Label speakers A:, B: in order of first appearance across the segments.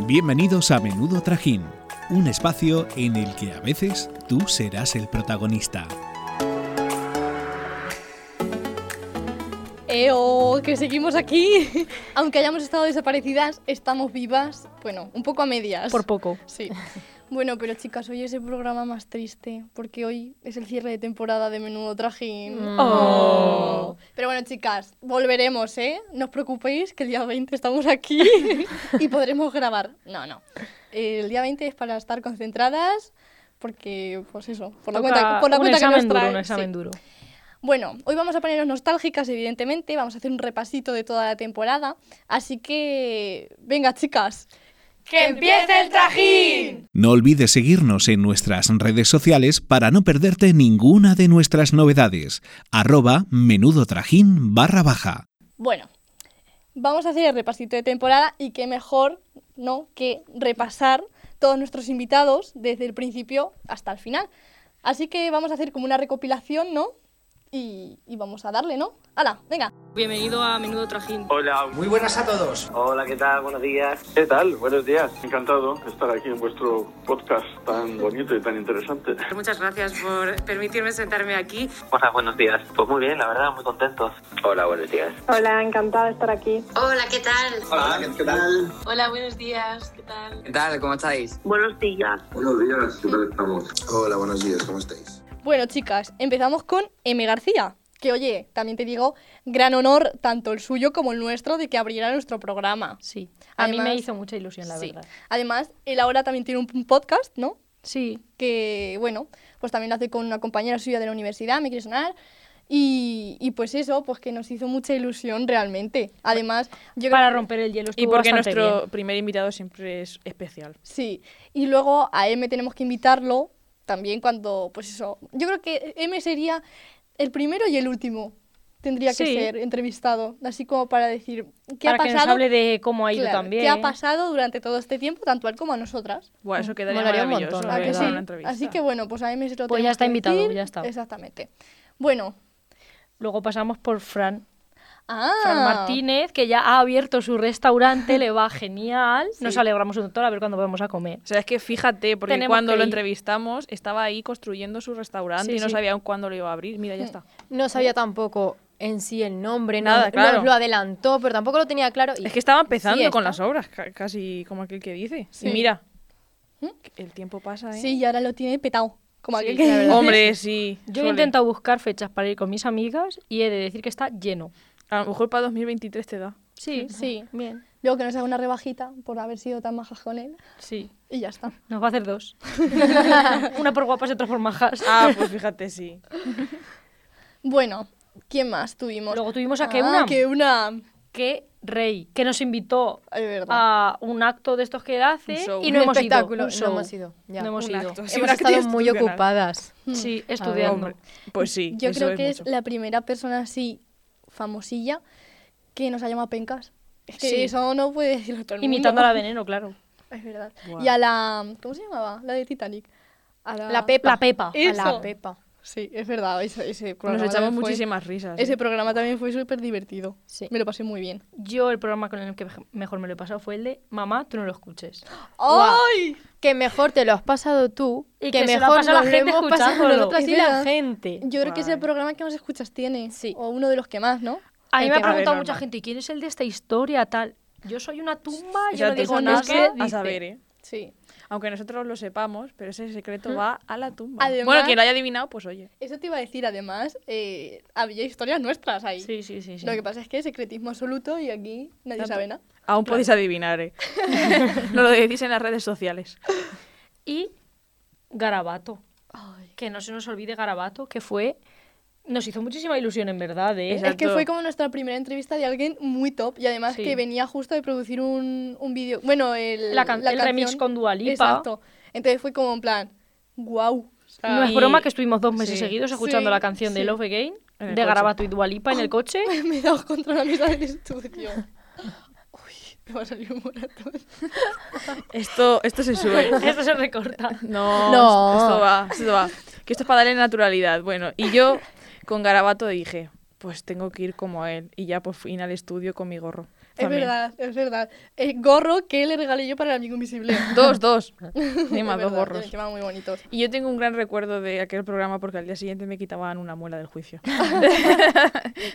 A: Bienvenidos a Menudo Trajín, un espacio en el que a veces tú serás el protagonista.
B: ¡Eo! Eh, Que seguimos aquí. Aunque hayamos estado desaparecidas, estamos vivas. Bueno, un poco a medias.
C: Por poco.
B: Sí. Bueno, pero chicas, hoy es el programa más triste porque hoy es el cierre de temporada de Menudo Trajín.
C: Mm. Oh.
B: Pero bueno, chicas, volveremos, ¿eh? No os preocupéis que el día 20 estamos aquí y podremos grabar. No, no. El día 20 es para estar concentradas porque, pues eso, por la
C: Toca
B: cuenta, por la
C: un
B: cuenta que nos
C: examen
B: trae.
C: duro, un
B: sí.
C: examen duro.
B: Bueno, hoy vamos a ponernos nostálgicas, evidentemente. Vamos a hacer un repasito de toda la temporada. Así que, venga, chicas.
D: ¡Que empiece el trajín!
A: No olvides seguirnos en nuestras redes sociales para no perderte ninguna de nuestras novedades. Arroba menudo trajín barra baja.
B: Bueno, vamos a hacer el repasito de temporada y qué mejor, ¿no?, que repasar todos nuestros invitados desde el principio hasta el final. Así que vamos a hacer como una recopilación, ¿no? Y, y vamos a darle, ¿no? ¡Hala, venga!
E: Bienvenido a Menudo Trajín.
F: Hola,
G: Muy buenas a todos.
F: hola, ¿qué tal? Buenos días.
H: ¿Qué tal? Buenos días.
I: Encantado de estar aquí en vuestro podcast tan bonito y tan interesante.
E: Muchas gracias por permitirme sentarme aquí.
F: Hola, buenos días. Pues muy bien, la verdad, muy contentos. Hola, buenos días.
J: Hola, encantada de estar aquí.
D: Hola, ¿qué tal?
G: Hola, ¿qué tal?
E: Hola, buenos días. ¿Qué tal?
G: ¿Qué tal? ¿Cómo estáis?
D: Buenos días.
H: Buenos días, ¿qué tal estamos?
G: Hola, buenos días, ¿cómo estáis?
B: Bueno, chicas, empezamos con M. García. Que oye, también te digo, gran honor, tanto el suyo como el nuestro, de que abriera nuestro programa.
C: Sí. A mí me
B: Además-
C: hizo mucha ilusión, la
B: Sí.
C: verdad.
B: Además, él ahora también tiene un- un podcast, ¿no?
C: Sí.
B: Que, bueno, pues también lo hace con una compañera suya de la universidad, me quiere sonar. Y, y pues eso, pues que nos hizo mucha ilusión realmente. Además, yo creo-
C: Para romper el hielo estuvo
E: Y porque
C: bastante
E: nuestro
C: bien.
E: primer invitado siempre es especial.
B: Sí. Y luego a M tenemos que invitarlo también cuando, pues eso. Yo creo que M sería el primero y el último. Tendría que
C: Sí.
B: ser entrevistado. Así como para decir, ¿qué
C: Para
B: ha pasado?
C: que nos hable de cómo ha ido
B: Claro,
C: también.
B: ¿Qué ha pasado durante todo este tiempo, tanto a él como a nosotras?
E: Buah,
K: Mm.
E: eso quedaría
C: Molaría un
E: maravilloso.
C: montón,
B: ¿A
C: la
E: la
B: que
E: verdad,
B: sí?
E: una entrevista.
B: Así que bueno, pues a M se lo
C: Pues
B: tenemos
C: ya está
B: que
C: invitado,
B: decir.
C: ya está.
B: Exactamente. Bueno,
C: Luego pasamos por Fran.
B: ah,
C: Fran Martínez, que ya ha abierto su restaurante, le va genial. Nos alegramos un montón a ver cuándo vamos a comer.
E: O sea, es que fíjate, porque
C: Tenemos
E: cuando
C: que
E: lo
C: ir.
E: entrevistamos estaba ahí construyendo su restaurante
C: Sí,
E: y no
C: sí.
E: sabía aún cuándo lo iba a abrir. Mira, ya está.
K: Mm. No sabía tampoco en sí el nombre, no-
E: Nada,
K: nos,
E: claro.
K: lo adelantó, pero tampoco lo tenía claro. y-
E: Es que estaba empezando
K: Sí,
E: con
K: está.
E: las obras, ca- casi como aquel que dice.
B: Sí.
E: Y mira,
B: ¿Mm?
E: el tiempo pasa, ¿eh?
B: Sí, y ahora lo tiene petado. Como
K: Sí,
B: aquel que
K: la verdad.
E: Hombre, sí.
C: Yo he
E: suele.
C: intentado buscar fechas para ir con mis amigas y he de decir que está lleno.
E: A lo mejor para 2023 te da.
C: Sí,
B: Sí.
C: bien.
B: Luego que nos haga una rebajita por haber sido tan majas con él.
C: Sí.
B: Y ya está.
C: Nos va a hacer dos. Una por guapas y otra por majas.
E: Ah, pues fíjate, sí.
B: Bueno, ¿quién más tuvimos?
C: Luego tuvimos a
B: Ah,
C: Keunam.
B: Keunam.
C: que Rey, que nos invitó
B: Es ah, verdad.
C: a un acto de estos que hace
E: Un show.
C: y
K: Un
C: no hemos
K: espectáculo,
C: ido. Un
K: no
C: show.
K: hemos ido, ya.
C: No hemos
E: Un
C: ido.
E: acto.
K: Hemos
E: Sí, una actriz
K: estado muy
E: tucana.
K: ocupadas.
C: Sí,
K: A
C: estudiando.
E: Hombre, Pues sí.
B: Yo
E: eso
B: creo que es
E: mucho.
B: la primera persona así famosilla que nos ha llamado pencas. Es que
C: Sí.
B: eso no puede decirlo todo el
C: Imitando a la
B: mundo.
C: veneno, claro.
B: Es verdad.
E: Buah.
B: Y a la. ¿Cómo se llamaba? La de Titanic. A
K: La Pepa.
C: La Pepa.
B: Eh,
K: A la
B: Eso.
K: Pepa.
B: Sí, es verdad. Ese, ese programa
E: Nos echamos
B: también fue-
E: muchísimas risas.
B: Ese
E: ¿eh?
B: programa también fue súper divertido.
K: Sí.
B: Me lo pasé muy bien.
C: Yo el programa con el que mejor me lo he pasado fue el de Mamá, tú no lo escuches.
K: Guau. Que mejor te lo has pasado tú
C: Y
K: que,
C: que se lo ha
K: mejor
C: pasado la
K: nos lo
C: gente
K: hemos pasado
C: escuchándolo.
K: nosotras
B: Es
K: y la
B: verdad.
K: gente.
B: Yo creo que es el
E: Guay.
B: programa que más escuchas tiene.
K: Sí.
B: O uno de los que más, ¿no?
C: A mí
K: El
C: me ha
K: que va.
C: preguntado
E: Normal.
C: mucha gente, ¿y quién es el de esta historia tal? Yo soy una tumba, Ah, yo no
E: Exacto,
C: digo
E: eso
C: nada.
E: es que a
C: dice.
E: saber, ¿eh?
B: Sí.
E: Aunque nosotros lo sepamos, pero ese secreto va a la tumba.
B: Además-
E: bueno, quien lo haya adivinado, pues oye.
B: Eso te iba a decir, además, eh, había historias nuestras ahí.
C: Sí, sí, sí. sí.
B: Lo que pasa es que secretismo absoluto y aquí nadie
E: Tanto.
B: sabe nada.
E: Aún podéis adivinar, ¿eh? no lo decís en las redes sociales.
C: Y Garabato. Que no se nos olvide Garabato, que fue... Nos hizo muchísima ilusión, en verdad, ¿eh?
B: Es que
E: Exacto.
B: fue como nuestra primera entrevista de alguien muy top y además
C: Sí.
B: que venía justo de producir un, un vídeo. Bueno, el,
C: La can- el remix
B: canción.
C: con Dua Lipa.
B: Exacto. Entonces fue como en plan, wow.
C: No es
E: Y-
C: broma que estuvimos dos meses
E: sí.
C: seguidos escuchando
B: Sí,
C: la canción de
B: sí.
C: Love Again,
E: En el
C: de
E: coche.
C: Garabato y Dualipa en el coche.
B: Me he dado contra la mesa del estudio. Uy, me va a salir un moratón.
E: Esto, esto se sube.
C: Esto se recorta.
E: No,
K: No.
E: es- Esto va, esto va. Que esto es para darle naturalidad. Bueno, y yo con Garabato dije, pues tengo que ir como a él. Y ya pues fui al estudio con mi gorro.
B: Es
E: También.
B: verdad, es verdad. El gorro que le regalé yo para el amigo invisible.
E: Dos, dos.
B: Es
E: Encima, dos
B: verdad,
E: gorros.
B: Encima muy bonitos.
E: Y yo tengo un gran recuerdo de aquel programa porque al día siguiente me quitaban una muela del juicio.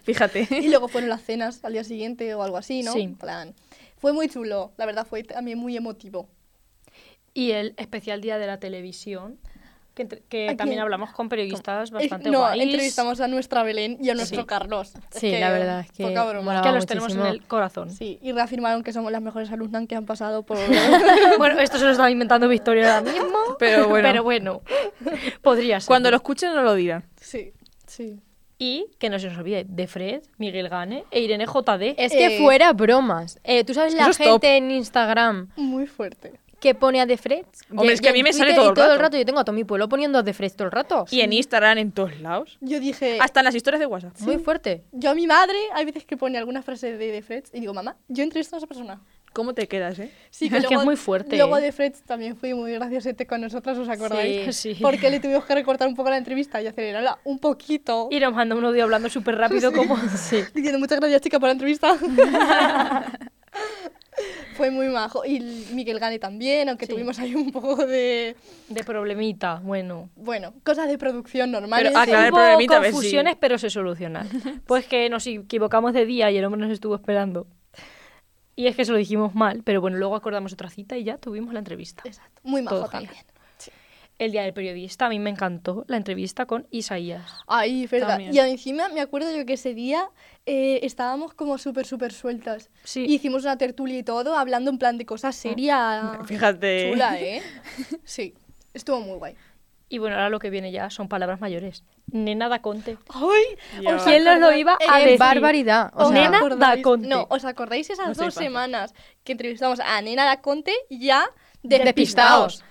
E: Fíjate.
B: Y luego fueron las cenas al día siguiente o algo así, ¿no?
E: Sí.
B: En plan, Fue muy chulo, la verdad fue también muy emotivo.
C: Y el especial día de la televisión, que, entre- que
B: Aquí-
C: también hablamos con periodistas
B: Es-
C: bastante
B: no,
C: guays.
B: entrevistamos a nuestra Belén y a nuestro
C: Sí.
B: Carlos.
K: Sí, la verdad es que
B: poca broma.
K: molaba
C: Que los tenemos en
K: muchísimo.
C: el corazón.
B: Sí, y reafirmaron que somos las mejores alumnas que han pasado por...
C: bueno, esto se lo estaba inventando Victoria ahora mismo.
E: Pero bueno.
C: Pero bueno, podría ser.
E: Cuando lo escuchen no lo dirán.
B: Sí, sí.
C: Y que no se nos olvide de Fred, Miguel Gane e Irene JD.
K: Es que fuera bromas. Eh, Tú sabes
C: Es que
K: la
C: eso es
K: gente
C: top.
K: en Instagram
B: Muy fuerte.
K: que pone a The Freds.
E: Hombre, es que a mí me sale todo el rato.
K: Yo tengo a Tommy Pueblo poniendo a The Freds todo el rato.
E: Y en Instagram, en todos lados.
B: Yo dije...
E: Hasta en las historias de WhatsApp.
K: Muy fuerte.
B: Yo a mi madre, hay veces que pone alguna frase de, de Freds y digo, mamá, yo entrevisto a esa persona.
E: ¿Cómo te quedas, eh?
B: Sí,
C: Es que es muy fuerte,
B: Luego
C: ¿eh?
B: de Freds también fue muy graciosete con nosotras, ¿os acordáis?
C: Sí, sí.
B: Porque le tuvimos que recortar un poco la entrevista y acelerarla un poquito.
C: Y nos manda un audio hablando súper rápido como... Sí.
B: Diciendo muchas gracias, chica, por la entrevista. Fue muy majo. Y el Miguel Gane también, aunque
C: Sí.
B: tuvimos ahí un poco de.
C: De problemita, bueno.
B: Bueno, cosas de producción normales.
E: Pero aclarar el
C: Hubo
E: problemita, a ver si-
C: confusiones, pero se solucionan. Pues que nos equivocamos de día y el hombre nos estuvo esperando. Y es que se lo dijimos mal, pero bueno, luego acordamos otra cita y ya tuvimos la entrevista.
B: Exacto. Muy majo
C: Todo genial.
B: también.
C: El día del periodista, a mí me encantó la entrevista con Isaías.
B: Ay, es verdad.
E: También.
B: Y encima me acuerdo yo que ese día eh, estábamos como súper, súper sueltas.
C: Sí.
B: Y hicimos una tertulia y todo, hablando en plan de cosas
C: Mm.
B: serias.
E: Fíjate.
B: Ah, Chula, ¿eh? Sí, estuvo muy guay.
C: Y bueno, ahora lo que viene ya son palabras mayores. Nena da conte.
B: ¡Ay!
E: Dios.
B: ¿os
C: ¿Quién nos lo
B: acordáis?
C: iba a
B: Eh,
C: decir?
K: barbaridad, Ah, o
B: ¿os
K: sea-
C: Nena da
B: acordáis?
C: conte.
B: No, ¿os acordáis esas
E: No soy
B: dos
E: fan.
B: semanas que entrevistamos a Nena da Conte ya
K: Despistaos.
B: despistaos?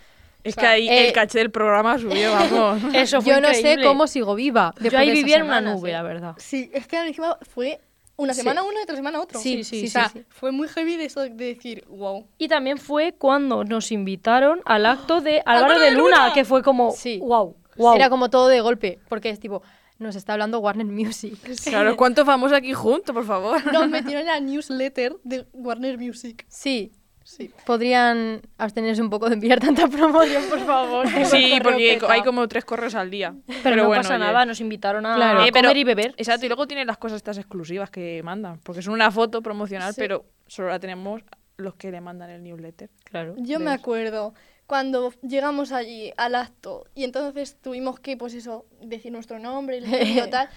E: Es que ahí
K: eh,
E: el caché del programa subió, vamos.
C: Eso fue
K: Yo no sé
C: increíble.
K: cómo sigo viva. después
C: Yo ahí
K: de esas
C: vivía en una
K: semanas,
C: nube,
K: eh.
C: la verdad.
B: Sí, es que encima fue una
K: Sí.
B: semana uno y otra semana otro.
K: Sí, sí,
B: O
K: sí,
B: sea,
K: sí.
B: fue muy heavy de eso de decir, wow.
C: Y también fue cuando nos invitaron al acto de
K: ¡Ah!
C: Álvaro de Luna, que fue como,
K: Sí.
C: wow, wow.
K: Era como todo de golpe, porque es tipo, nos está hablando Warner Music.
E: Claro, ¿cuántos famosos aquí juntos, por favor?
B: Nos metieron en la newsletter de Warner Music.
K: Sí,
B: Sí.
K: podrían abstenerse un poco de enviar tanta promoción, por favor.
E: Sí,
B: correo
E: porque
B: peta.
E: hay como tres correos al día.
C: Pero, no pasa
E: oye.
C: nada, nos invitaron a,
K: Claro.
C: a
E: Eh, pero-
C: comer y beber.
E: Exacto, y luego tienen las cosas estas exclusivas que mandan, porque son una foto promocional,
B: Sí.
E: pero solo la tenemos los que le mandan el newsletter.
C: Claro.
B: Yo me acuerdo cuando llegamos allí al acto y entonces tuvimos que, pues eso, decir nuestro nombre, el apellido, tal.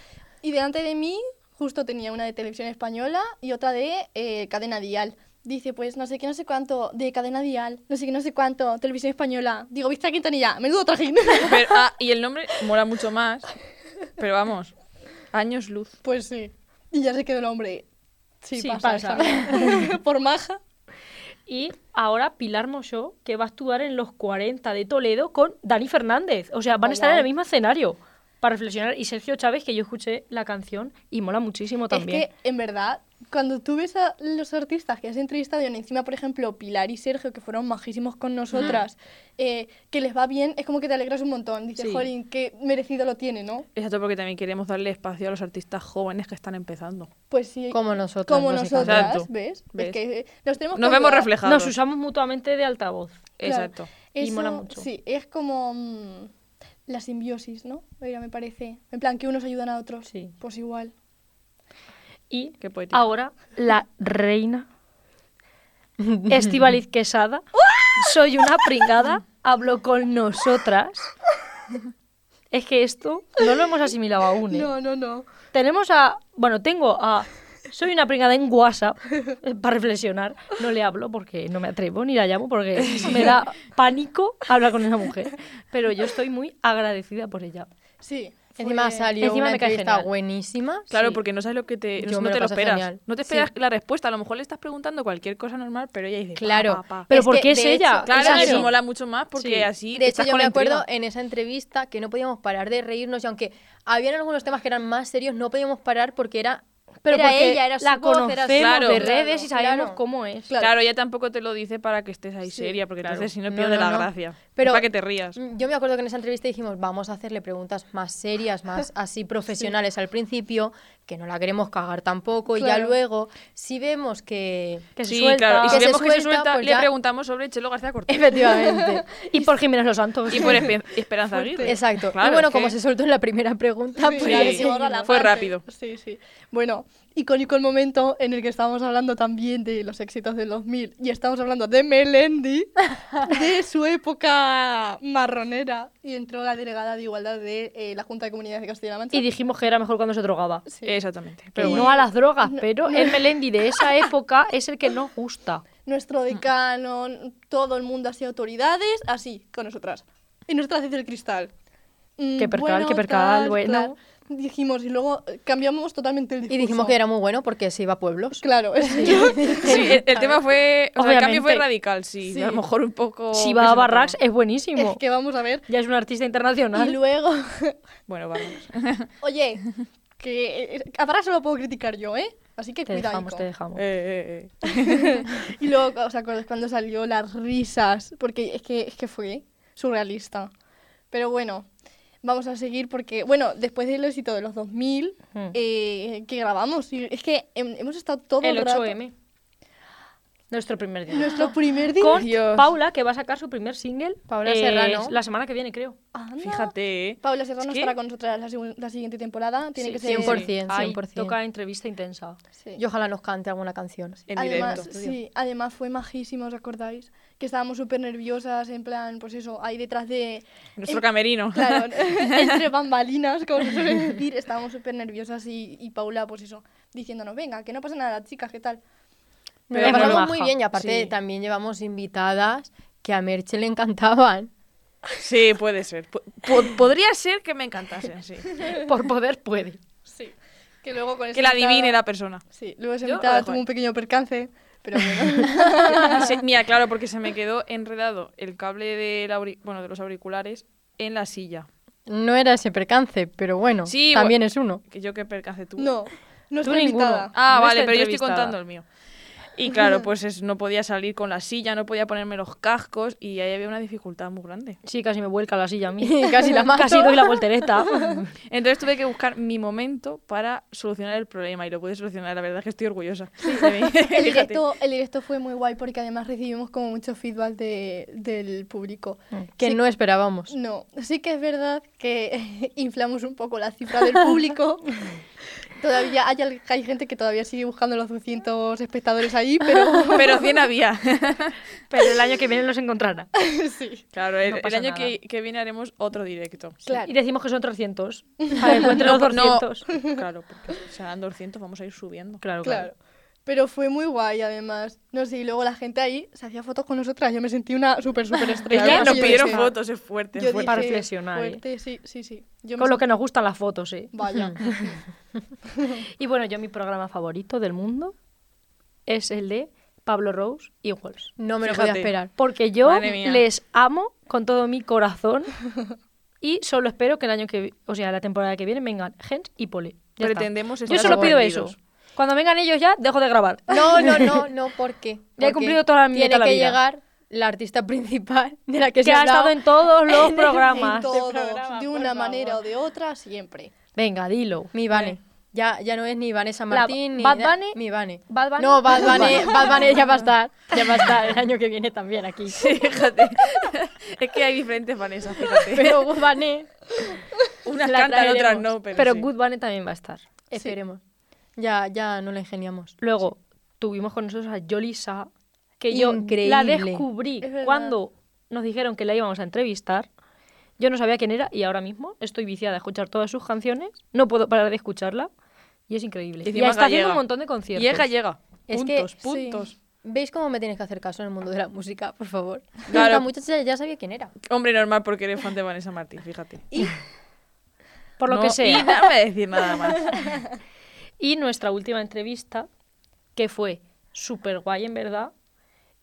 B: Y delante de mí justo tenía una de televisión española y otra de eh, cadena dial. Dice, pues no sé qué, no sé cuánto, de cadena dial, no sé qué, no sé cuánto, televisión española. Digo, ¿viste a Quintanilla? Menudo trajín.
E: Pero- ah, y el nombre mola mucho más, pero vamos, años luz.
B: pues sí. Y ya se quedó el hombre. Sí,
C: Sí,
B: pasa.
C: pasa.
B: esta. Por maja.
C: Y ahora Pilar Mosó, que va a actuar en los 40 de Toledo con Dani Fernández. O sea, van
B: Oh,
C: a estar en el
B: wow.
C: mismo escenario para reflexionar. Y Sergio Chávez, que yo escuché la canción y mola muchísimo también.
B: Es que, en verdad, cuando tú ves a los artistas que has entrevistado, y encima, por ejemplo, Pilar y Sergio, que fueron majísimos con nosotras, eh, que les va bien, es como que te alegras un montón. Dices,
E: Sí.
B: jolín, qué merecido lo tiene, ¿no?
E: Exacto, porque también queremos darle espacio a los artistas jóvenes que están empezando.
B: Pues sí.
K: Como nosotras,
B: Como
K: básicamente.
B: nosotras,
E: Exacto.
B: ¿ves? Es
E: ¿Ves?
B: que eh, nos tenemos
E: Nos
B: que
E: vemos
B: ayudar.
E: reflejados.
C: Nos usamos mutuamente de altavoz.
B: Claro.
E: Exacto.
C: Y mola
B: Eso,
C: mucho.
B: Sí, es como mm, la simbiosis, ¿no? Era, me parece. En plan, que unos ayudan a otros.
C: Sí.
B: Pues igual.
C: Y
E: Qué poético.
C: ahora la reina Estivaliz Quesada, soy una pringada, hablo con nosotras. Es que esto no lo hemos asimilado aún. ¿eh?
B: No, no, no.
C: Tenemos a. Bueno, tengo a. Soy una pringada en WhatsApp eh, para reflexionar. No le hablo porque no me atrevo ni la llamo porque me da pánico hablar con esa mujer. Pero yo estoy muy agradecida por ella.
B: Sí.
K: Encima
B: fue-
K: salió
C: Encima
K: una
C: me cae
K: entrevista
C: genial.
K: buenísima.
E: Claro,
K: Sí.
E: porque no sabes lo que te,
K: Yo
E: no,
K: me lo
E: te lo
K: pasé
E: esperas.
K: genial.
E: No te esperas
K: Sí.
E: la respuesta. A lo mejor le estás preguntando cualquier cosa normal, pero ella dice. pa,
K: Claro.
E: pa, pa.
C: Pero
K: Ah, Es
C: ¿por
K: que,
C: qué es
K: de
C: ella?
K: hecho-
E: Claro,
C: Es así.
E: eso mola mucho más porque
C: Sí.
E: así.
K: De hecho,
E: estás
K: yo
E: con
K: me
E: la
K: acuerdo
E: intriga.
K: en esa entrevista que no podíamos parar de reírnos y aunque habían algunos temas que eran más serios, no podíamos parar porque era
C: Pero
K: Era
C: porque
K: ella, era su
C: la
K: voz, era su-
C: conocemos
K: Claro,
C: de
K: claro,
C: redes y sabemos
K: claro.
C: cómo es.
E: Claro. ella tampoco te lo dice para que estés ahí
K: Sí,
E: seria, porque
K: claro.
E: entonces si no
K: No,
E: pierde
K: no,
E: la
K: no.
E: gracia.
K: Pero-
E: Pero para que te rías.
K: Mm, Yo me acuerdo que en esa entrevista dijimos, vamos a hacerle preguntas más serias, más así profesionales al principio, que no la queremos cagar tampoco, y ya
E: Claro.
K: luego, si vemos que...
E: sí, claro. Y si
K: se
E: vemos que se suelta,
K: pues
E: le
K: ya-
E: preguntamos sobre Chelo García Cortés.
K: Efectivamente.
C: y por Jiménez Los Santos.
E: Y por Espe- Esperanza Aguirre.
K: Exacto.
E: Claro,
K: y bueno,
E: es que-
K: como se soltó en la primera pregunta,
B: Sí,
K: pues
B: claro,
K: ya
B: sí,
K: seguimos.
B: ahora la
E: Fue
B: parte.
E: rápido.
B: Sí, sí. Bueno, icónico el momento en el que estábamos hablando también de los éxitos del 2000 y estamos hablando de Melendi, de su época marronera. Y entró la delegada de Igualdad de eh, la Junta de Comunidades de Castilla-La Mancha.
C: Y dijimos que era mejor cuando se drogaba.
E: Exactamente.
C: Que
E: Pero
C: No
E: bueno.
C: a las drogas, pero el Melendi de esa época es el que nos gusta.
B: Nuestro decano, todo el mundo así, autoridades, así, con nosotras. Y nosotras desde el cristal. Mm,
C: Qué percal, qué percal, bueno.
B: tal. Dijimos, y luego eh, cambiamos totalmente el discurso.
K: Y dijimos que era muy bueno porque se iba a pueblos.
B: Claro, es
E: Sí, el, el tema fue. O sea, el cambio fue
C: Obviamente.
E: radical, sí.
B: Sí.
E: A lo mejor un poco.
C: Si va a
E: presionado.
C: Barracks es buenísimo.
B: Es que vamos a ver.
C: Ya es un artista
B: Y
C: internacional.
B: luego,
E: Bueno, vamos.
B: oye, que eh, a Barra solo puedo criticar yo, ¿eh? Así que
C: Te
B: cuidado.
C: dejamos, te dejamos.
E: Eh, eh, eh.
B: Y luego, ¿os acordáis cuando salió las risas? Porque es que, es que fue surrealista. Pero bueno, vamos a seguir porque, bueno, después del éxito de los 2000,
C: Mm.
B: eh, que grabamos, y es que hem- hemos estado todo el,
C: El
B: rato-
C: 8M. Nuestro primer día.
B: Nuestro primer día.
C: Con
E: Dios.
C: Paula, que va a sacar su primer single. eh,
K: Paula Serrano.
C: La semana que viene, creo.
B: Anda.
E: Fíjate. eh.
B: Paula Serrano
E: Es que-
B: estará con nosotras la, segun- la siguiente temporada. Tiene
C: Sí,
B: que ser.
K: 100%, 100%.
C: Ahí toca entrevista intensa.
B: Sí.
K: Y ojalá nos cante alguna canción.
E: En
B: además,
E: directo.
B: Sí, además fue majísimo, ¿os acordáis? Que estábamos súper nerviosas, en plan, pues eso, ahí detrás de...
E: Nuestro
B: en-
E: camerino.
B: Claro, entre bambalinas, como se suele decir, estábamos súper nerviosas y, y Paula, pues eso, diciéndonos, venga, que no pasa nada, chicas, ¿qué tal?
K: Nos
C: Pero
K: lo
C: es muy
K: pasamos
C: maja,
K: muy bien y aparte
C: sí.
K: también llevamos invitadas que a Merche le encantaban.
E: Sí, puede ser. Po- po- podría ser que me encantasen, sí.
C: Por poder puede.
B: Sí, que luego con
E: Que la adivine la persona.
B: Sí, luego esa
E: Yo lo
B: invitada
E: dejo
B: tuvo
E: ahí.
B: un pequeño percance, pero bueno.
E: Se- mira, claro, porque se me quedó enredado el cable del auri- bueno, de los auriculares en la silla.
K: No era ese percance, pero bueno,
E: Sí,
K: también
E: bu-
K: es uno.
E: Que yo qué percance tú.
B: no, no
C: Tú
B: está
C: ninguno.
B: invitada.
E: Ah,
C: No
E: vale,
C: está
E: pero yo estoy
C: entrevistada.
E: contando el mío. Y claro, pues es- no podía salir con la silla, no podía ponerme los cascos y ahí había una dificultad muy grande.
C: Sí, casi me vuelca la silla a mí.
K: Casi la mato.
C: Casi doy la voltereta.
E: Entonces tuve que buscar mi momento para solucionar el problema y lo pude solucionar. La verdad es que estoy orgullosa. de mí. Fíjate.
B: El directo, el directo fue muy guay porque además recibimos como mucho feedback de- del público.
E: Mm.
K: Que no esperábamos.
B: No, sí que es verdad que inflamos un poco la cifra del público. todavía hay, al- hay gente que todavía sigue buscando los 200 espectadores ahí, pero
E: Pero 100 había.
C: Pero el año que viene los encontrará.
B: sí.
E: Claro, el,
C: No
E: el
C: pasa
E: año
C: nada.
E: que, que viene haremos otro directo.
B: Claro.
C: Y decimos que son 300. Para que encuentren los
E: por-
C: 200.
E: Claro, porque si dan 200 vamos a ir subiendo.
C: Claro, claro.
B: Claro. Pero fue muy guay, además. No sé, y luego la gente ahí se hacía fotos con nosotras. Yo me sentí una súper, súper estrella.
E: Claro, nos
B: Yo
E: pidieron
B: dije-
E: fotos, es fuerte.
B: yo
E: es fuerte.
C: para
B: dije,
C: reflexionar, ¿eh?
B: fuerte, sí, sí, sí. Yo me
C: Con lo que
B: sentí-
C: nos gustan las fotos, eh. sí.
B: Vaya.
C: Y bueno, yo mi programa favorito del mundo es el de Pablo Rose y Walsh.
K: No me lo
E: Fíjate.
K: podía esperar.
C: Porque yo
E: Madre mía.
C: les amo con todo mi corazón y solo espero que el año que, vi- o sea, la temporada que viene vengan Gens y Pole. Ya está.
E: Pretendemos
C: Yo
E: estar
C: solo pido eso.
E: sorprendidos.
C: Cuando vengan ellos ya, dejo de grabar.
K: No, no, no, no, ¿por qué?
C: Ya he
K: Porque
C: cumplido toda la- mi
K: Tiene
C: meta
K: que
C: la vida.
K: llegar la artista principal de la que, se
C: Que
K: ha
C: ha estado
K: hablado.
C: en todos los
K: En
B: En
C: programas.
B: todo,
E: programa,
B: de
E: por
B: una
E: favor.
B: manera o de otra, siempre.
C: Venga, dilo.
K: Mi Vane. Ya, ya no es ni Vanessa
C: La-
K: Martín, ni
C: Bad
K: na-
C: Bunny.
K: mi Vane.
C: Bad Bunny.
K: No, Bad Bunny, Bad Bunny ya va a estar. Ya va a estar el año que viene también aquí.
E: Fíjate. es que hay diferentes Vanessa, fíjate.
K: Pero Bad Bunny,
E: Unas
K: la
E: cantan, otras
K: traeremos.
E: no, pero,
C: Pero,
E: sí.
C: Good Bunny también va a estar.
K: esperemos. Ya, ya no la ingeniamos.
C: Luego tuvimos con nosotros a Yolisa, que yo la
K: Increíble.
C: descubrí
B: Es verdad.
C: cuando nos dijeron que la íbamos a entrevistar. Yo no sabía quién era y ahora mismo estoy viciada a escuchar todas sus canciones. No puedo parar de escucharla y es increíble.
E: Y
C: Y,
E: encima
C: está haciendo
E: gallega.
C: un montón de conciertos.
E: Y es gallega.
K: Es que,
E: puntos,
K: sí.
E: puntos.
K: ¿Veis cómo me tienes que hacer caso en el mundo de la música, por favor?
E: Claro.
K: Esta muchacha ya sabía quién era.
E: Hombre, normal porque eres fan de Vanessa Martín, fíjate.
C: Por lo
E: No,
C: que
E: Y
C: sea.
E: no voy a decir nada más.
C: Y nuestra última entrevista, que fue súper guay en verdad.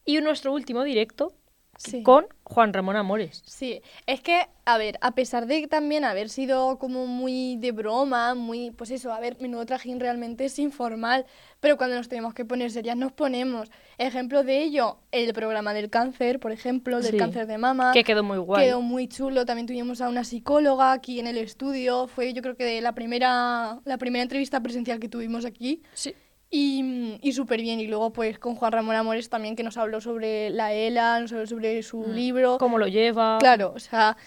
C: Y nuestro último directo,
B: Sí.
C: con Juan Ramón Amores.
B: Sí, es que, a ver, a pesar de también haber sido como muy de broma, muy, pues eso, a ver, menudo trajín realmente es informal, pero cuando nos tenemos que poner serias nos ponemos. Ejemplo de ello, el programa del cáncer, por ejemplo, del
C: Sí.
B: cáncer de mama.
C: Que quedó muy guay.
B: Ah, Quedó muy chulo, también tuvimos a una psicóloga aquí en el estudio, fue yo creo que la primera, la primera entrevista presencial que tuvimos aquí.
C: Sí.
B: Y, mm, y súper bien. Y luego, pues con Juan Ramón Amores también, que nos habló sobre la ELA, nos habló sobre su
C: Mm.
B: libro.
C: Cómo lo lleva.
B: Claro, o sea,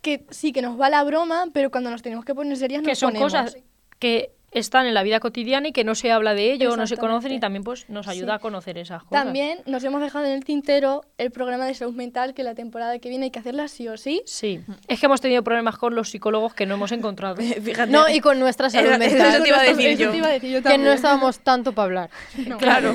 B: que sí, que nos va la broma, pero cuando nos tenemos que poner serias
C: que
B: Ah, nos
C: son
B: ponemos.
C: cosas que están en la vida cotidiana y que no se habla de ello, no se conocen y
B: Exactamente.
C: también pues nos ayuda
B: Sí.
C: a conocer esas cosas.
B: También nos hemos dejado en el tintero el programa de salud mental que la temporada que viene hay que hacerla sí o sí.
C: Sí. Es que hemos tenido problemas con los psicólogos que no hemos encontrado.
E: Fíjate.
K: No, y con nuestra salud
E: Era-
K: mental.
E: eso te iba a decir
K: Eso
E: yo.
K: te iba a decir yo
B: Que
K: también. Que
B: no
K: no estábamos tanto para hablar.
E: Claro.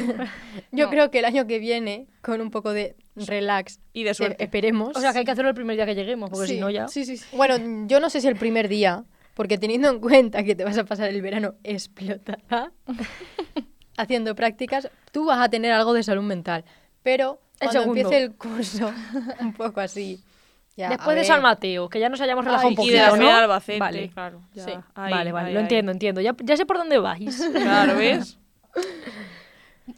K: Yo
C: No.
K: creo que el año que viene, con un poco de relax,
E: Y de suerte.
K: eh, esperemos.
C: O sea, que hay que hacerlo el primer día que lleguemos, porque si Pues no ya...
B: Sí, sí, sí.
K: Bueno, yo no sé si el primer día, porque teniendo en cuenta que te vas a pasar el verano explotada haciendo prácticas, tú vas a tener algo de salud mental. Pero
C: El
K: cuando
C: segundo.
K: empiece el curso, un poco así. ya, a
C: Después de
K: ver.
C: San Mateo, que ya nos hayamos relajado un
E: y
C: poquito,
E: de la
C: ¿no?
E: ciudad de Albacete,
C: Vale,
E: claro. ya.
C: Sí.
E: Ahí,
C: vale, vale,
E: ahí,
C: lo
E: ahí.
C: entiendo, entiendo. Ya, ya sé por dónde vais.
E: Claro, ¿ves?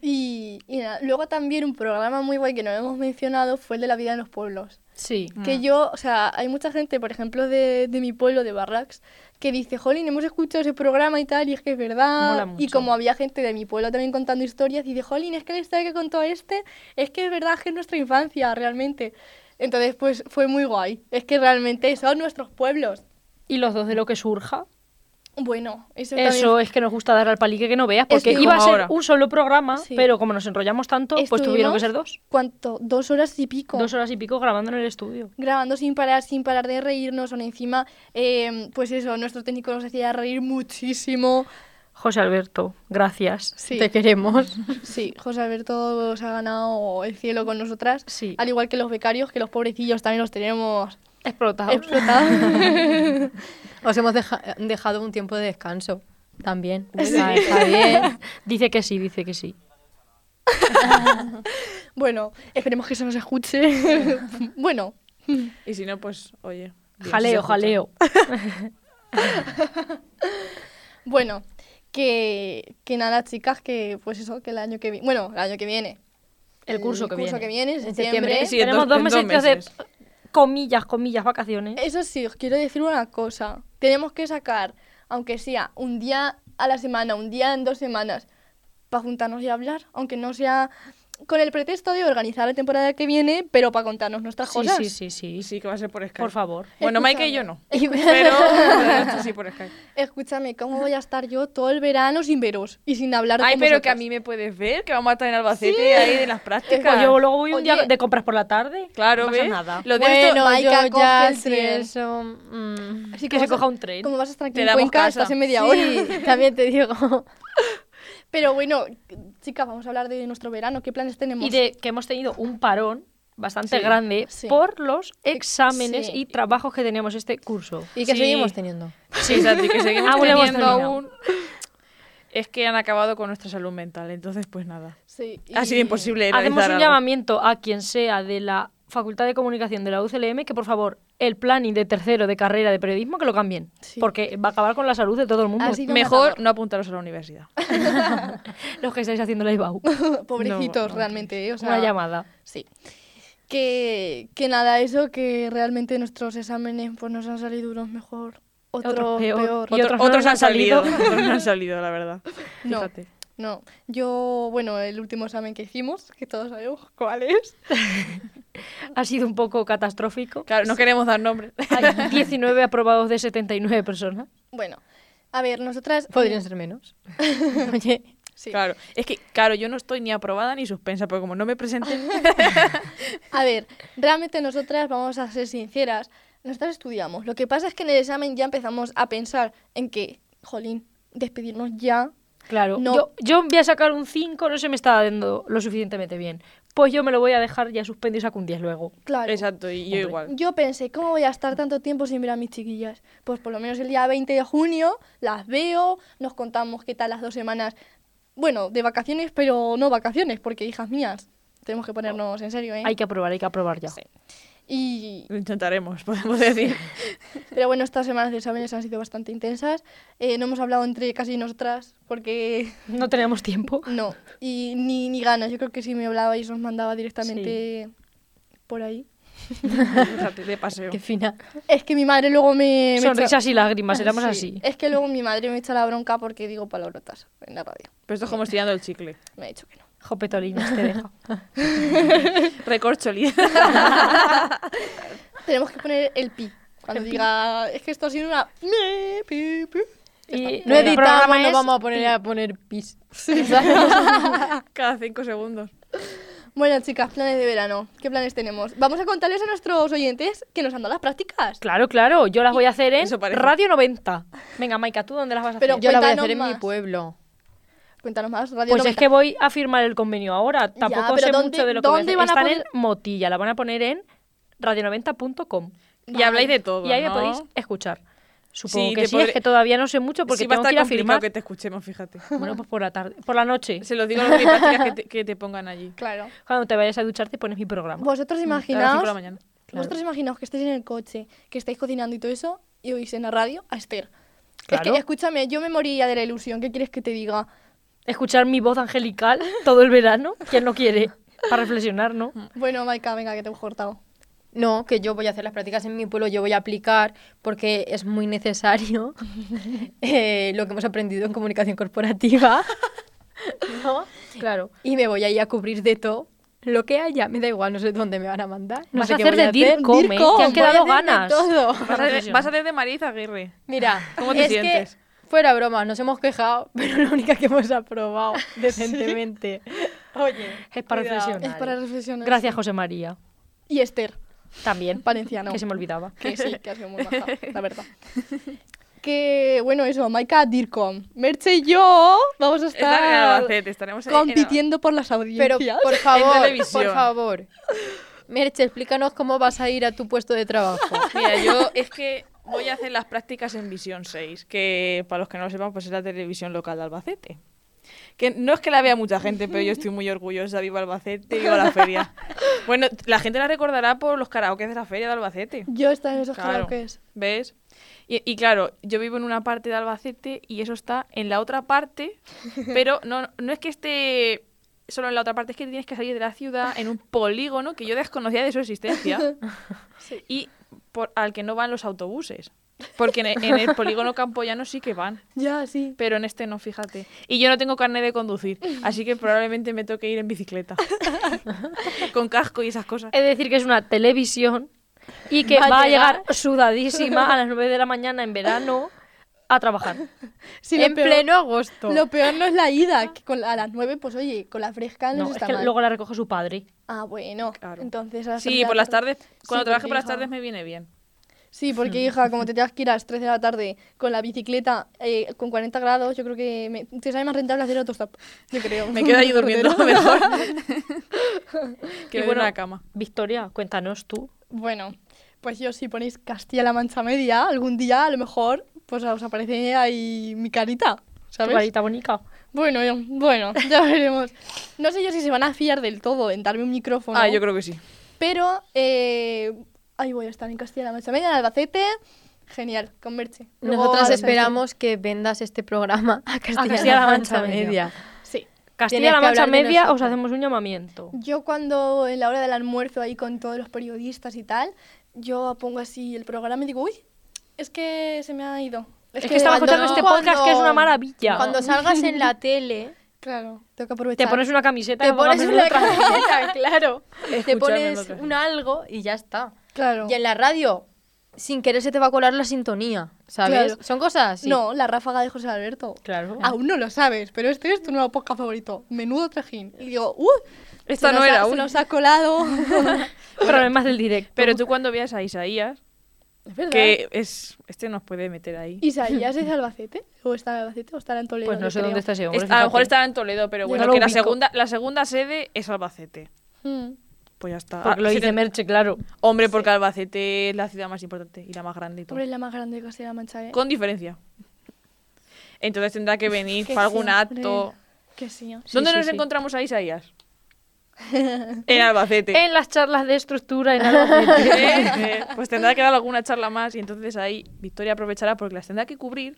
B: Y, y nada, luego también un programa muy guay que no hemos mencionado fue el de la vida en los pueblos.
C: Sí.
B: Que yo, o sea, hay mucha gente, por ejemplo, de, de mi pueblo, de Barracks, que dice, jolín, hemos escuchado ese programa y tal, y es que es
C: Mola
B: verdad.
C: mucho.
B: Y como había gente de mi pueblo también contando historias, y dice, jolín, es que la historia que contó este, es que es verdad que es nuestra infancia, realmente. Entonces, pues fue muy guay. Es que realmente son nuestros pueblos.
C: Y los dos de lo que surja.
B: Bueno, eso,
C: Eso
B: también
C: es que nos gusta dar al palique que no veas, porque
B: que-
C: iba a
E: Como
C: ser
E: ahora.
C: un solo programa,
B: Sí.
C: pero como nos enrollamos tanto, pues tuvieron que
B: Estuvimos
C: ser dos.
B: ¿Cuánto? Dos horas y pico.
C: Dos horas y pico grabando en el estudio.
B: grabando sin parar, sin parar de reírnos, o encima, eh, pues eso, nuestro técnico nos hacía reír muchísimo.
C: José Alberto, gracias.
B: Sí,
K: Te queremos.
B: sí, José Alberto se ha ganado el cielo con nosotras.
C: Sí.
B: Al igual que los becarios, que los pobrecillos también los tenemos
C: Explotado.
B: explotados.
K: Os hemos deja- dejado un tiempo de descanso también.
C: Ah, está bien. Dice que sí, dice que sí.
B: bueno, esperemos que se nos escuche. bueno,
E: Y si no, pues, oye. bien, se
C: Jaleo,
E: escucha.
C: jaleo.
B: bueno, que, que nada, chicas, que pues eso, que el año que viene, bueno, el año que viene.
C: El curso que viene.
B: en
K: En
B: septiembre.
K: septiembre,
E: Sí, en
C: Tenemos
E: dos-
C: dos,
E: en dos
C: meses
E: meses.
C: de comillas, comillas, vacaciones.
B: Eso sí, os quiero decir una cosa. Tenemos que sacar, aunque sea un día a la semana, un día en dos semanas, para juntarnos y hablar, aunque no sea con el pretexto de organizar la temporada que viene, pero para contarnos nuestras
C: Sí,
B: cosas.
C: sí, sí, sí.
E: Y sí, que va a ser por Skype.
C: Por favor.
B: Escúchame.
E: Bueno, Maika y yo no.
B: Y-
E: Pero esto sí por Skype.
B: Escúchame, ¿cómo voy a estar yo todo el verano sin veros y sin hablar
E: Ay,
B: con
E: pero que a
B: vosotras?
E: mí me puedes ver, que vamos a estar en Albacete ahí de las prácticas.
C: Pues yo luego voy un
B: Oye.
C: día de compras por la tarde.
E: Claro,
C: no pasa
E: ¿ves?
C: nada.
E: Lo de esto-
K: Bueno,
B: Maika,
K: yo ya
B: coge el
K: si
B: tren.
K: eso, mm.
B: Así
C: que se
B: vas a-
C: coja un tren.
B: Como vas a estar aquí
E: Te
B: en
E: damos
B: Cuenca,
E: casa.
B: estás en media hora.
K: Sí, también te digo.
B: Pero bueno, chicas, vamos a hablar de nuestro verano. ¿Qué planes tenemos?
C: Y de que hemos tenido un parón bastante
E: Sí.
C: grande
B: Sí.
C: por los exámenes
B: Sí.
C: y trabajos que teníamos este curso.
K: Y que
E: Sí.
K: seguimos teniendo.
E: Sí, exacto, y que seguimos
C: Aún no Ah, hemos
E: teniendo
C: terminado.
E: aún. Es que han acabado con nuestra salud mental, entonces pues nada.
B: Sí, y-
E: Ha sido imposible
C: Hacemos
E: realizar
C: un
E: algo.
C: llamamiento a quien sea de la Facultad de Comunicación de la UCLM que por favor el planning de tercero de carrera de periodismo que lo cambien,
B: Sí.
C: porque va a acabar con la salud de todo el mundo.
B: Ha sido
E: Mejor no apuntaros a la universidad.
C: Los que estáis haciendo la IBAU.
B: Pobrecitos,
E: No, no,
B: realmente. eh, o sea,
C: Una llamada.
B: Sí. Que, que nada, eso que realmente nuestros exámenes pues nos han salido unos mejor, otros
C: Otros
B: peor.
C: peor. Y otros no nos han salido.
E: otros no han salido, la verdad.
B: No.
E: Fíjate.
B: No, yo, bueno, el último examen que hicimos, que todos sabemos cuál es.
C: Ha sido un poco catastrófico.
E: Claro, no queremos dar nombres.
C: Hay 19 aprobados de 79 personas.
B: Bueno, a ver, nosotras...
K: Podrían ser menos. Oye,
B: Sí.
E: Claro, es que, claro, yo no estoy ni aprobada ni suspensa, porque como no me presenten,
B: A ver, realmente nosotras, vamos a ser sinceras, nosotras estudiamos. Lo que pasa es que en el examen ya empezamos a pensar en que, jolín, despedirnos ya.
C: Claro,
B: No.
C: yo, yo voy a sacar un 5, no se me está dando lo suficientemente bien. Pues yo me lo voy a dejar ya suspendido y saco un 10 luego.
B: Claro.
E: exacto, y yo
C: Hombre.
E: igual.
B: Yo pensé, ¿cómo voy a estar tanto tiempo sin ver a mis chiquillas? Pues por lo menos el día 20 de junio las veo, nos contamos qué tal las dos semanas, bueno, de vacaciones, pero no vacaciones, porque hijas mías, Tenemos que ponernos en serio, ¿eh?
C: Hay que aprobar, hay que aprobar ya.
B: Y...
E: Lo intentaremos, podemos decir.
B: Pero bueno, estas semanas de exámenes han sido bastante intensas. Eh, no hemos hablado entre casi nosotras porque...
C: No teníamos tiempo.
B: No, y ni, ni ganas. Yo creo que si me hablabais os mandaba directamente por ahí.
E: de paseo.
K: Qué fina.
B: Es que mi madre luego me... me echa-
C: Sonrisas y lágrimas, éramos
B: Sí.
C: así.
B: Es que luego mi madre me echa la bronca porque digo palabrotas en la radio.
E: Pero esto es como estirando el chicle.
B: Me ha dicho que no.
C: Jopetolinas te deja.
E: Recorcholi.
B: Tenemos que poner el pi. Cuando diga, es que esto ha sido una... me, pi, pi".
C: Y
K: No
C: el
K: editamos,
C: programa
K: no
C: es-
K: vamos a poner a poner pis.
E: Cada cinco segundos.
B: Bueno, chicas, planes de verano. ¿Qué planes tenemos? Vamos a contarles a nuestros oyentes que nos han dado las prácticas.
C: Claro, claro, yo las voy a hacer en
E: Eso parece.
C: Radio 90. Venga, Maika, ¿tú dónde las vas a
B: Pero-
C: hacer?
K: Yo la voy a
B: Cuéntanos
K: hacer en mi
B: más.
K: pueblo.
B: Cuéntanos más, Radio
C: Pues es
B: 90.
C: que voy a firmar el convenio ahora. Tampoco
B: pero
C: sé
B: ¿dónde-
C: mucho de lo que voy a
B: dónde
C: hacer.
B: van a
C: Están
B: poner-
C: en Motilla, la van a poner en radio90.com.
E: Y habláis de todo.
C: Y ahí me
E: ¿no?
C: podéis escuchar. Supongo
E: Sí,
C: que
E: te
C: sí,
E: podré-
C: es que todavía no sé mucho porque
E: Sí, va a
C: tengo que ir
E: estar
C: a
E: complicado
C: firmar.
E: que te escuchemos, fíjate.
C: Bueno, pues por la tarde, por la noche.
E: Se los digo a los británicos que, te- que te pongan allí.
B: Claro.
C: Cuando te vayas a duchar te pones mi programa.
B: Vosotros
E: A las cinco de la
B: imaginaos,
E: mañana.
B: vosotros imaginaos que estáis en el coche, que estáis cocinando y todo eso, y oís en la radio a Esther. Es
C: Claro.
B: que, escúchame, yo me moría de la ilusión. ¿Qué quieres que te diga?
C: Escuchar mi voz angelical todo el verano, ¿quién no quiere? Para reflexionar, ¿no?
B: Bueno, Maika, venga, que te he cortado.
K: No, que yo voy a hacer las prácticas en mi pueblo, yo voy a aplicar porque es muy necesario eh, lo que hemos aprendido en comunicación corporativa. ¿No?
C: Claro.
K: Y me voy a ir a cubrir de todo lo que haya. Me da igual, no sé dónde me van a mandar. No
C: Vas
K: sé
C: a
K: qué
C: hacer
K: voy
C: de DIRCOM,
K: DIRCOM,
C: ¿eh? Te han
K: voy a
C: quedado
K: hacer de
C: ganas.
K: todo.
E: Vas a, hacer, vas a hacer de Mariz Aguirre.
K: Mira,
E: ¿Cómo te
K: es que,
E: sientes?
K: fuera broma, nos hemos quejado, pero la única que hemos aprobado decentemente. Oye,
C: Es para
K: Cuidado.
C: reflexionar.
B: Es para reflexionar.
C: Gracias, José María.
B: Y Esther,
C: También.
B: valenciano.
C: Que se me olvidaba.
B: Que sí, que ha sido muy maja, la verdad. Que, bueno, eso, Maika Dircom. Merche y yo vamos a
E: Estar en
B: estar
E: Albacete, estaremos en- en
B: compitiendo por las
K: pero
B: audiencias.
K: por favor,
E: televisión.
K: por favor. Merche, explícanos cómo vas a ir a tu puesto de trabajo.
E: Mira, yo es que voy a hacer las prácticas en Visión 6, que para los que no lo sepan, pues es la televisión local de Albacete. Que no es que la vea mucha gente, pero yo estoy muy orgullosa, viva Albacete, viva la feria. Bueno, la gente la recordará por los karaokes de la feria de Albacete.
B: Yo estaba en esos
E: Claro.
B: karaokes.
E: ¿Ves? Y, y claro, yo vivo en una parte de Albacete y eso está en la otra parte, pero no, no es que esté solo en la otra parte, es que tienes que salir de la ciudad en un polígono que yo desconocía de su existencia y por, al que no van los autobuses. Porque en, e- en el polígono campoyano sí que van,
B: Ya, sí.
E: pero en este no, fíjate. Y yo no tengo carnet de conducir, así que probablemente me toque ir en bicicleta, con casco y esas cosas.
C: Es decir, que es una televisión y que va, a llegar sudadísima a las 9 de la mañana en verano a trabajar.
B: Sí, lo
K: en
B: peor-
K: pleno agosto.
B: Lo peor no es la ida, que con, a las 9, pues oye, con la fresca no,
C: No, es
B: está
C: que
B: mal.
C: luego la recoge su padre.
B: Ah, bueno.
E: Claro.
B: Entonces, a las tres de
E: Sí,
B: la
E: por las
B: tarde-
E: tardes, cuando
B: Sí,
E: trabaje
B: porque,
E: por las
B: hija,
E: tardes me viene bien.
B: Sí, porque hija, como te tengas que ir a las 3 de la tarde con la bicicleta eh, con 40 grados, yo creo que me- te sale más rentable hacer autostop. Yo creo.
E: Me quedo ahí durmiendo mejor. que bueno, la cama.
C: Victoria, cuéntanos tú.
B: Bueno, pues yo si ponéis Castilla-La Mancha Media, algún día a lo mejor pues os aparece ahí mi carita,
C: Tu
B: ¿sabes?
C: carita bonita.
B: Bueno, yo- bueno, ya veremos. No sé yo si se van a fiar del todo en darme un micrófono.
E: Ah, yo creo que sí.
B: Pero eh, ahí voy a estar en Castilla-La Mancha Media, en Albacete. Genial, con Merche. Luego
K: Nosotras
B: a los
K: esperamos que vendas este programa a Castilla-La
C: Castilla-La
K: Mancha
C: Mancha Media.
K: Media.
B: Sí.
C: Castilla-La
K: Tienes que
C: Mancha
K: hablar de
C: Media, os
K: nosotros.
C: hacemos un llamamiento.
B: Yo cuando en la hora del almuerzo ahí con todos los periodistas y tal, yo pongo así el programa y digo, uy, es que se me ha ido.
C: Es que estaba
K: cuando-
C: escuchando este podcast que es una maravilla.
K: Cuando salgas en la tele,
B: Claro, tengo que aprovechar.
C: te pones una camiseta,
K: te
C: que ponga
K: pones una
C: menudo traje.
K: camiseta, claro. Te
E: Escuchadme
K: pones
E: otra vez.
K: un algo y ya está.
B: Claro.
K: Y en la radio, sin querer se te va a colar la sintonía, ¿sabes?
B: Claro.
K: Son cosas así.
B: No, la ráfaga de José Alberto.
C: Claro.
E: Ah,
B: Aún no lo sabes, pero este es tu nuevo podcast favorito. Menudo trajín. Y digo, ¡uh!
E: Esta
B: se
E: no
B: nos ha-
E: era
B: Se
E: una.
B: nos ha colado.
C: Problemas del directo.
E: Pero tú cuando veas a Isaías,
B: es verdad.
E: que es... Este nos puede meter ahí.
B: ¿Isaías es de Albacete? ¿O está en Albacete o estará en Toledo?
C: Pues no
B: yo
C: sé dónde
B: creo.
C: está ese hombre.
E: Es- a lo
C: fíjate.
E: mejor estaba en Toledo, pero
C: Yo
E: bueno,
C: no lo
E: que la
C: ubico.
E: segunda, la segunda sede es Albacete.
B: Mm.
E: Pues ya está.
C: Porque lo
E: Ah, sí
C: dice
E: te-
C: Merche, claro.
E: Hombre, porque Albacete es la ciudad más importante y la más grande y todo.
B: Hombre, es la más grande de Castilla-La Mancha, ¿eh?
E: Con diferencia. Entonces tendrá que venir
B: Que
E: para algún
B: sí, hombre.
E: acto.
B: Que sí.
E: ¿Dónde
C: sí,
E: nos
C: sí.
E: encontramos a Isaías? En Albacete.
C: En las charlas de estructura en Albacete.
E: Eh, pues tendrá que dar alguna charla más y entonces ahí Victoria aprovechará porque las tendrá que cubrir.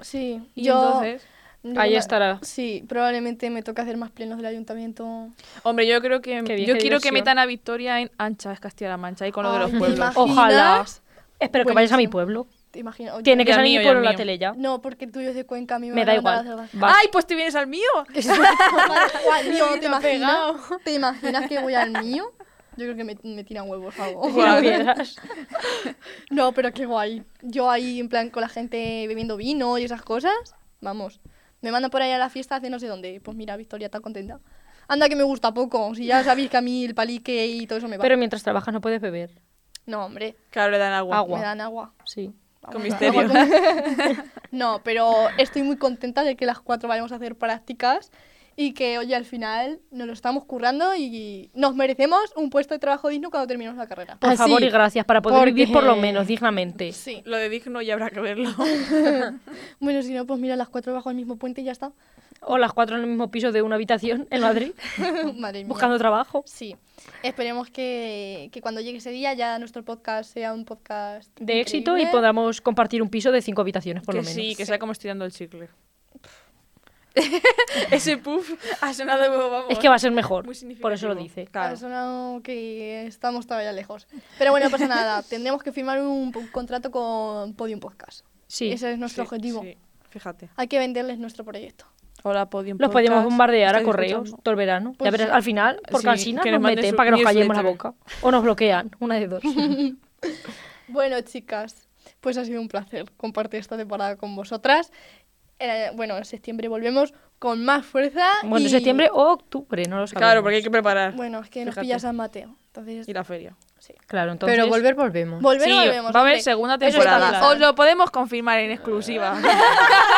B: Sí,
E: Y
B: yo...
E: entonces,
B: yo
C: ahí
B: creo-
C: estará.
B: Sí, probablemente me toca hacer más plenos del ayuntamiento.
E: Hombre, yo creo que
C: Qué bien,
E: yo
C: qué
E: quiero que
C: diversión.
E: metan a Victoria en Ancha, es Castilla-La Mancha, y con lo de los
B: Ay,
E: pueblos.
B: imagínate.
C: Ojalá.
B: ¿Imaginas?
C: Espero que vayas a mi
B: Buenísimo.
C: pueblo.
B: ¿Te imaginas? Oye,
C: Tiene que
E: Ya
C: salir
E: mío,
C: mi
E: ya
C: pueblo en la
E: mío.
C: tele ya.
B: No, porque el tuyo es de Cuenca, a mí me,
C: Me
B: van a
C: da
B: mandar a
C: igual.
B: Zaragoza.
C: Va.
E: ¡Ay, pues te vienes al mío!
B: Madre, Juan, mío, ¿te,
E: Mira,
B: imaginas, ¿Te imaginas que voy al mío? Yo creo que me, me tiran huevos o algo.
C: Si no vieras.
B: No, pero qué guay. Yo ahí, en plan, con la gente bebiendo vino y esas cosas. Vamos. Me mandan por ahí a la fiesta de no sé dónde. Pues mira, Victoria está contenta. Anda, que me gusta poco. Si ya sabéis que a mí el palique y todo eso me va.
C: Pero mientras trabajas no puedes beber.
B: No, hombre.
E: Claro, le dan agua.
C: Agua.
B: Me dan agua.
C: Sí.
B: Vamos,
E: Con
B: agua
E: misterio.
B: No, pero estoy muy contenta de que las cuatro vayamos a hacer prácticas y que, oye, al final nos lo estamos currando y nos merecemos un puesto de trabajo digno cuando terminemos la carrera.
C: Por
K: Ah, sí.
C: favor y gracias, para poder
K: Porque-
C: vivir por lo menos dignamente.
B: Sí.
E: Lo de digno ya habrá que verlo.
B: Bueno, si no, pues mira, las cuatro bajo el mismo puente y ya está.
C: O las cuatro en el mismo piso de una habitación en Madrid,
B: Madre mía.
C: buscando trabajo.
B: Sí. Esperemos que, que cuando llegue ese día ya nuestro podcast sea un podcast
C: De éxito y
B: increíble.
C: podamos compartir un piso de cinco habitaciones, por
E: que
C: lo menos.
E: sí, que sea como estirando el chicle. Ese puff ha sonado, vamos.
C: Es que va a ser mejor.
E: muy
C: Por eso lo
E: significativo.
C: dice.
E: Claro.
B: Ha sonado que estamos todavía lejos. Pero bueno, no pasa nada. Tendremos que firmar un, un contrato con Podium Podcast.
C: Sí.
B: Ese es nuestro
E: Sí,
B: objetivo.
E: sí, Fíjate.
B: Hay que venderles nuestro proyecto.
E: Hola, Podium
C: Los
E: Podcast,
C: podemos bombardear a
E: ¿estáis
C: correos
E: escuchando?
C: todo el verano.
B: Pues
C: ya verás,
B: sí.
C: al final, por
E: Sí,
C: cansina
E: que
C: nos
E: nos manden
C: meten
E: su
C: para que nos callemos la
E: newsletter.
C: boca. O nos bloquean, una de dos.
B: Bueno, chicas, pues ha sido un placer compartir esta temporada con vosotras. Eh, bueno, en septiembre volvemos con más fuerza.
C: bueno,
B: y-
C: septiembre o octubre, no lo sabemos.
E: Claro, porque hay que preparar.
B: Bueno, es que nos
E: Fíjate.
B: pilla San Mateo. Entonces,
E: Y la feria.
C: Claro, entonces...
K: Pero volver, volvemos.
B: volver
E: Sí,
B: volvemos.
E: va a haber
B: hombre.
E: segunda
B: Eso está
E: temporada.
B: claro.
E: Os lo podemos confirmar en exclusiva.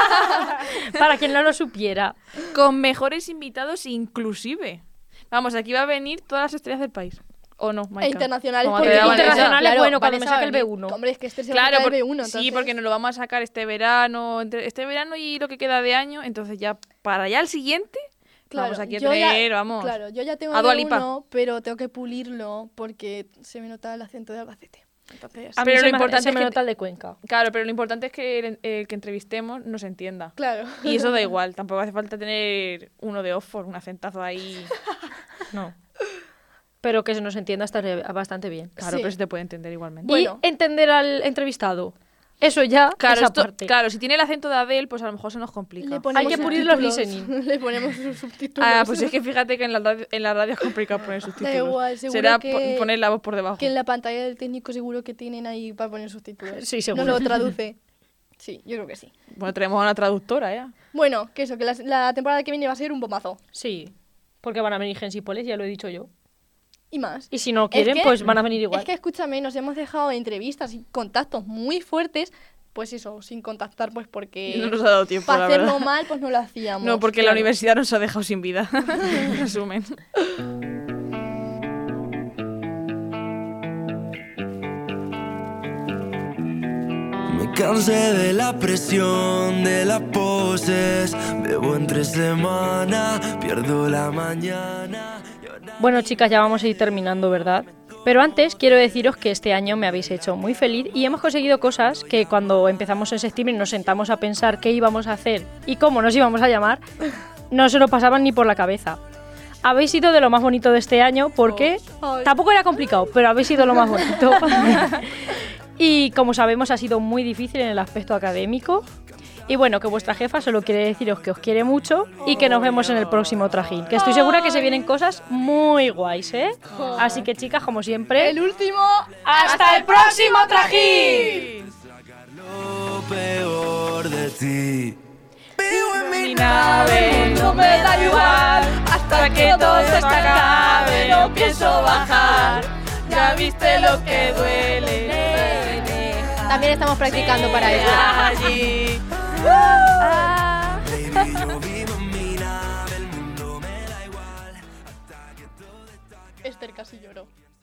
C: Para quien no lo supiera.
E: Con mejores invitados inclusive. Vamos, aquí va a venir todas las estrellas del país. ¿O no, Maika?
B: E internacionales.
E: Como
B: porque-
E: te da Vanessa.
C: Internacionales,
K: Claro,
C: bueno, cuando me
K: Vanessa
C: saque el
K: va a
C: B1.
B: Hombre, es que este es el
E: Claro,
B: claro,
E: por-
B: B1. Entonces...
E: sí, porque nos lo vamos a sacar este verano, entre este verano y lo que queda de año, entonces ya para ya el siguiente
B: Claro,
E: vamos aquí a
B: yo ya-
E: tener, vamos.
B: Claro, yo ya tengo
E: A
B: el
E: Dua Lipa.
B: B1, pero tengo que pulirlo porque se me nota el acento de Albacete. Entonces,
C: A mí
E: Pero
C: se
E: lo
C: me-
E: importante
C: se
E: es
C: me
E: que-
C: nota el de Cuenca.
E: Claro, pero lo importante es que el, el que entrevistemos nos entienda.
B: claro.
E: Y eso da igual, tampoco hace falta tener uno de Oxford, un acentazo ahí.
C: No. Pero que se nos entienda está bastante bien.
E: Claro,
B: Sí.
E: pero se te puede entender igualmente.
B: Bueno.
C: Y entender al entrevistado. Eso ya,
E: Claro,
C: esa
E: esto-
C: parte.
E: claro, si tiene el acento de Adele, pues a lo mejor se nos complica.
B: Le ponemos
C: que pulir los
B: subtítulos.
C: listening.
B: Le ponemos sus subtítulos.
E: Ah, pues es que fíjate que en la radio, en la radio es complicado poner subtítulos.
B: igual, seguro
E: Será
B: que-
E: po- poner la voz por debajo.
B: Que en la pantalla del técnico seguro que tienen ahí para poner subtítulos.
C: Sí, seguro.
B: No lo traduce. Sí, yo creo que sí.
E: Bueno, tenemos a una traductora ya.
B: Bueno, que eso, que la, la temporada que viene va a ser un bombazo.
C: Sí. Porque van a venir gensipoles, ya lo he dicho yo.
B: Y más.
C: Y si no
B: Es
C: quieren,
B: que-
C: pues van a venir igual.
B: Es que escúchame, nos hemos dejado entrevistas y contactos muy fuertes, pues eso, sin contactar, pues porque
E: No nos ha dado tiempo,
B: para
E: la verdad.
B: hacerlo mal, pues no lo hacíamos.
E: No, porque la universidad nos ha dejado sin vida. En Resumen.
L: Me cansé de la presión, de las poses. Bebo entre semana, pierdo la mañana.
C: Bueno, chicas, ya vamos a ir terminando, ¿verdad? Pero antes quiero deciros que este año me habéis hecho muy feliz y hemos conseguido cosas que cuando empezamos en septiembre y nos sentamos a pensar qué íbamos a hacer y cómo nos íbamos a llamar, no se nos pasaban ni por la cabeza. Habéis sido de lo más bonito de este año porque
B: Ay.
C: tampoco era complicado, pero habéis sido lo más bonito. y como sabemos ha sido muy difícil en el aspecto académico. Y bueno, que vuestra jefa solo quiere deciros que os quiere mucho y que nos vemos en el próximo trajín. Que estoy segura que se vienen cosas muy guays, ¿eh? Así que chicas, como siempre...
B: El último.
C: ¡Hasta el próximo trajín!
L: Lo peor de ti.
E: Mi nave no me da igual hasta que todo esto acabe. No pienso bajar. Ya viste lo que duele.
K: También estamos practicando para eso.
E: Allí.
L: Baby, yo vivo en mi nave, el mundo me da igual.
B: Esther casi lloró.